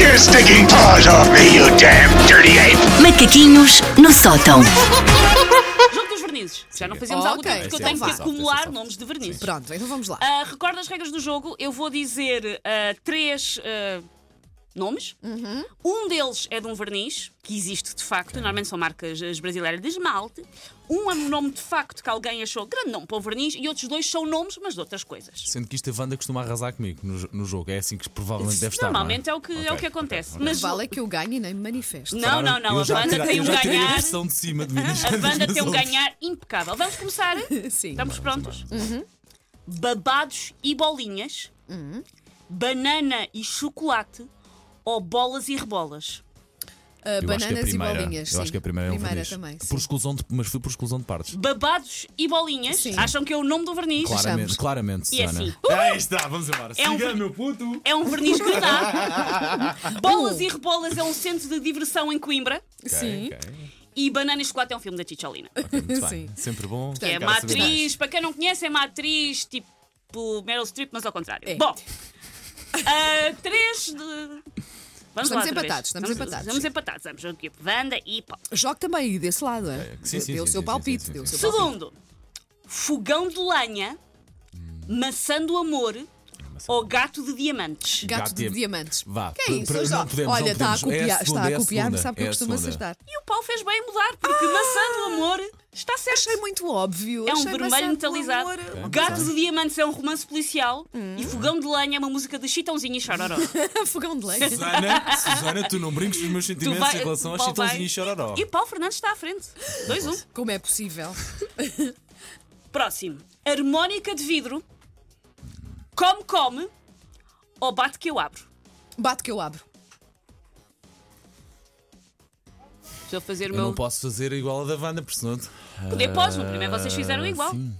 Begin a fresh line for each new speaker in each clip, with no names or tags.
your stinking paws off me, you damn dirty ape!
Macaquinhos no sótão.
Jogo dos vernizes. Já não fazíamos
Oh,
há algum
ok.
tempo
é
porque eu
Sim,
tenho que
exato,
acumular nomes de vernizes.
Pronto, então vamos lá.
Ah, recorda as regras do jogo. Eu vou dizer ah, três ah, nomes.
Uhum.
Um deles é de um verniz, que existe de facto. Normalmente são marcas as brasileiras de esmalte. Um é um nome de facto que alguém achou grande nome para o verniz. E outros dois são nomes, mas de outras coisas.
Sendo que isto a Wanda costuma arrasar comigo no, jo- no jogo. É assim que provavelmente deve estar.
Normalmente
não
é o que, é o que
Ok,
acontece.
ok, ok.
Mas
Vale é que eu ganho e nem me manifesto.
não, não, não.
Eu
A
já
banda
tirei-
tem
eu
um
já tirei A
ganhar.
versão de cima de mim.
A banda tem um ganhar impecável. Vamos começar?
Sim.
Estamos prontos?
Uhum.
Babados e bolinhas, banana e chocolate ou bolas e rebolas?
Ah,
Eu acho que é a
bananas e
primeira-
bolinhas.
Eu acho
sim.
que a primeira é um
Primeira
verniz.
também. sim.
Por exclusão de, mas foi por exclusão de partes.
Babados e bolinhas?
Sim.
Acham que é o nome do verniz?
Claramente, claramente,
E é
Susana.
assim.
Aí está, vamos embora.
É um
Siga,
ver-
meu puto.
É um verniz que dá.
Uh.
bolas e rebolas é um centro de diversão em Coimbra.
Sim.
Ok, ok.
E Banana e Chocolate é um filme da Chicholina.
Ok, muito bem.
Sim.
Sempre bom.
Que é
Quero
uma
saber mais.
atriz, para quem não conhece, é uma atriz tipo Meryl Streep, mas ao contrário.
É.
Bom, ah, três de. Vamos
Estamos
lá outra vez.
empatados, estamos empatados.
Estamos empatados, estamos aqui. Wanda e pop.
Jogo também aí desse lado, é?
Sim, sim,
Deu o
sim,
seu
sim,
palpite.
sim, sim,
deu o
sim.
seu palpite.
Segundo, fogão de lenha, maçã do amor ou gato de diamantes.
Gato,
Gato
de
de-
diamantes.
Vá,
que é
pra-
isso?
pra-
Já-
não podemos,
Olha,
não
está a
podemos. É
copiar,
a segunda,
está
é
a
a
copiar-me,
segunda,
sabe que
é
eu
a
costumo
segunda.
acertar.
E o Paulo fez bem em mudar, porque maçã do amor está certo.
Achei muito óbvio.
É um
achei
vermelho
bastante
metalizado.
amor.
Gato de Diamantes é um romance policial e Fogão de Lenha é uma música de Chitãozinho e Chororó.
Fogão de leite.
Susana, Susana, tu não brinques nos meus
Tu
sentimentos
vai-
em relação a
Paulo
Chitãozinho
vai-
e Chororó.
E Paulo Fernandes está à frente. 2-1. Um.
Como é possível?
Próximo. Harmónica de vidro. Come, come. Ou bate que eu abro.
Bate que eu abro.
Estou a fazer o
Eu
meu.
não posso fazer igual a da Wanda, por senão.
Poder podes, no primeiro vocês fizeram igual.
Sim.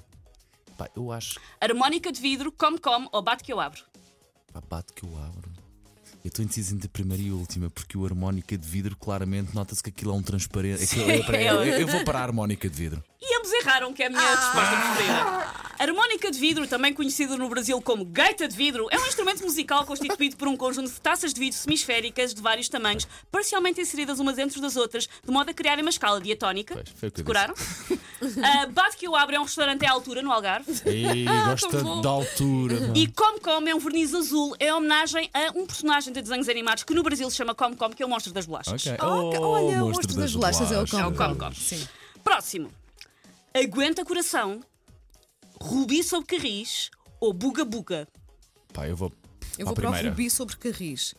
Pá, eu acho.
Harmónica de vidro, come, come ou bate que eu abro.
Pá, bate que eu abro. Eu estou indeciso entre a primeira e a última, porque o harmónica de vidro claramente nota-se que aquilo é um transparente. aquilo é- é-
um-
eu, eu vou para a harmónica de vidro.
E ambos erraram, que é a minha resposta preferida. Harmónica de vidro, também conhecida no Brasil como gaita de vidro, é um instrumento musical constituído por um conjunto de taças de vidro semisféricas de vários tamanhos, parcialmente inseridas umas dentro das outras, de modo a criarem uma escala diatónica.
Pois, foi o que eu
Decoraram? Ah, Bate que eu abro é um restaurante à altura no Algarve.
E gosta
bom.
da altura. mano.
E Come Come é um verniz azul, é homenagem a um personagem de desenhos animados que no Brasil se chama Come Come, que é o monstro das bolachas.
Ok.
Ok,
Oh,
Olha, o monstro das bolachas é o
bolachas.
Come.
Come Come.
Sim.
Próximo. Aguenta coração, rubi sob carris ou buga buga.
Pá, eu vou.
Eu
para
vou
a primeira.
para o Rubi sobre Carris.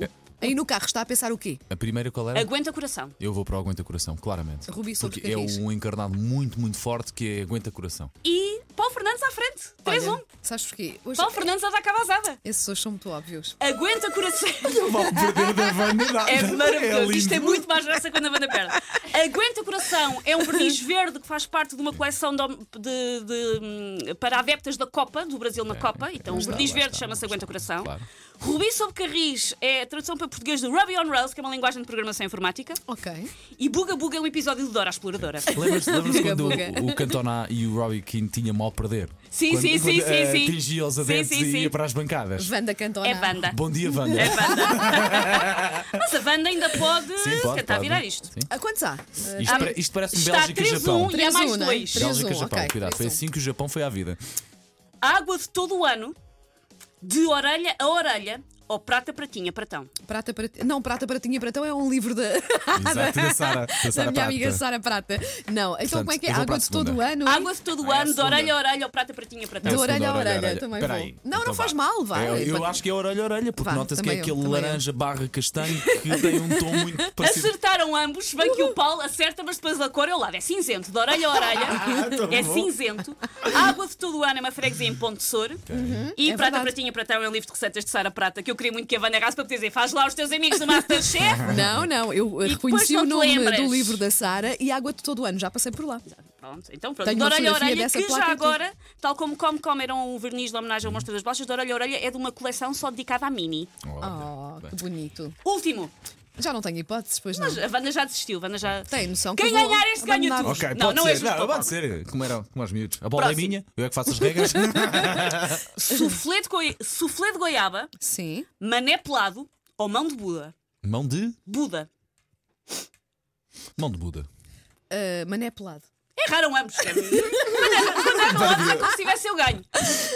É.
Aí no carro está a pensar o quê?
A primeira qual era?
Aguenta coração.
Eu vou para o Aguenta Coração, claramente.
Rubi sobre
Porque é
Carris.
um encarnado muito, muito forte que é Aguenta Coração.
E Paulo Fernandes à frente. 3-1.
Olha, Sabes porquê? Hoje-
Paulo Fernandes a dar cavazada.
Esses hoje são muito óbvios.
Aguenta coração.
Vou perder da Wanda. nada.
É maravilhoso.
lindo.
Isto é muito mais graça quando a banda perde. Aguenta Coração é um verniz verde que faz parte de uma coleção de, hom- de- de, hum, para adeptas da Copa, do Brasil na Copa. Então, o
É, Tá, Lá
verniz
está,
verde
lá
chama-se
está,
Aguenta Coração.
claro.
Rubi sobre Carris é a tradução para português do Ruby on Rails, que é uma linguagem de programação informática.
Ok.
E Buga Buga é um episódio de Dora a Exploradora.
Lembras-te lembras-te
Buga,
quando
buga.
o, o Cantona e o Robbie King tinham mal perder?
Sim,
quando,
sim,
quando,
sim,
eh,
sim, sim.
Atingia os
Sim,
adeptos
sim,
e
sim.
ia para as bancadas.
Vanda Cantona.
É banda.
Bom dia, Wanda.
É banda. Mas a banda ainda pode,
Sim,
se
pode,
tentar
pode. né?
virar isto.
Sim.
Ah, quantos há?
Isto, pare- isto parece um
está
Bélgica-Japão.
3-1. E há mais
3-1, não é?
dois.
3-1,
Bélgica-Japão,
ok,
cuidado. Foi
3-1.
assim que o Japão foi à vida.
Água de todo o ano, de orelha a orelha, ou prata, pratinha, pratão.
Prata para Não, Prata para Tinha Pratão é um livro da,
Exato, da Sara. Da
da
Sara
minha amiga
Prata.
Sara Prata. Não, então
Portanto,
como é que é?
eu vou
Água
para a
de todo o
segunda.
ano. é?
Água de todo o
É a
ano, de
segunda.
orelha a orelha, ou prata, pratinha,
De
É a
pratão.
segunda
orelha a orelha,
orelha.
também
Espera
vou.
aí,
Não, não
então
faz
vá.
mal, vá.
Eu, eu
Para-
acho que é orelha a orelha, porque
Vá,
nota-se que é
também eu,
aquele
também eu.
laranja barra castanho que tem um tom muito parecido.
Acertaram ambos, bem que o Paulo acerta, mas depois a cor é o lado. É cinzento, de orelha a
Ah,
orelha. é cinzento. Água de todo o ano é uma freguesia em Ponte de Sor. E
É
Prata
verdade.
Pratinha Pratão é um livro de receitas de Sara Prata que eu queria muito que a Vanda Raça para poder dizer faz lá os teus amigos do Masterchef.
Não, não, eu eh,
E depois
reconheci
não
o
te
nome
lembras.
do livro da Sara e Água de todo o ano, já passei por lá.
Pronto, então pronto.
Tenho
de orelha
uma
a
fotografia
orelha,
dessa
que já
placa e tudo.
agora, tal como Come Come era um verniz de homenagem ao Monstro das Bolachas, de orelha a orelha é de uma coleção só dedicada à Mini.
Oh, que bonito.
Último,
Já não tenho hipóteses, pois não.
mas a Wanda já desistiu, a Wanda já.
Tem noção que
Quem
eu vou
ganhar este ganha
abandonar-
tudo.
Ok,
não,
pode
não
ser.
é justo.
não,
ao
pode
Paulo.
ser. Como, era, como aos miúdos. A bola
Próximo.
é minha, eu é que faço as regras.
Soufflé de, goi... soufflé de goiaba,
Sim.
mané pelado Ou mão de Buda.
Mão de.
Buda.
Mão de Buda.
Ah, mané pelado.
Erraram ambos. né? Quando erram- quando erram ambos, é como se tivesse eu ganho.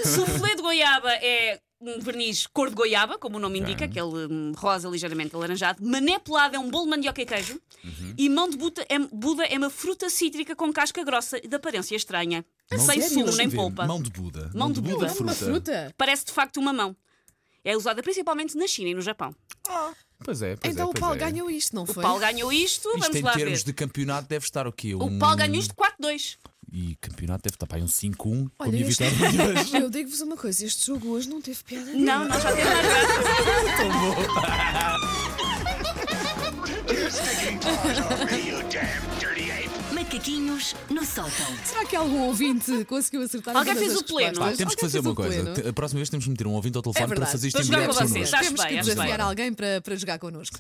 Soufflé de goiaba é um verniz cor de goiaba, como o nome indica,
Ah.
aquele hum, rosa ligeiramente alaranjado. Mané pelado é um bolo de mandioca e queijo.
Uhum.
E mão de Buda é, Buda é uma fruta cítrica com casca grossa e de aparência estranha.
Mão
Sem
de-
sumo
Deixa
nem
eu ver.
polpa.
Mão de Buda.
Mão de Buda.
É uma fruta.
Parece de facto uma mão. É usada principalmente na China e no Japão.
Pois é, pois é,
Então o
pois
Paulo
é.
ganhou isto, não
O
foi?
Paulo ganhou isto,
Isto
um, vamos
em
lá ver.
termos de campeonato deve estar o quê?
O
Um-
Paulo ganhou isto 4-2.
E campeonato deve estar para aí um 5-1 com a
Olha,
minha
este-
vitória.
Eu digo-vos uma coisa, este jogo hoje não teve piada.
Não, nós já temos
Your stinking paws off me, you damn dirty ape!
Macaquinhos no sótão.
Será que algum ouvinte conseguiu acertar?
Alguém
todas
fez
as
o pleno.
respostas?
Pá,
Temos
Alguém
que fazer
fez
é
uma
o
coisa.
pleno?
Te- A próxima vez temos que meter um ouvinte ao
É
telefone para
verdade.
fazer isto
Vou
em
jogar
direto
com vocês.
connosco.
Acho
Temos
bem,
que
acho bem.
desafiar alguém para, para jogar connosco.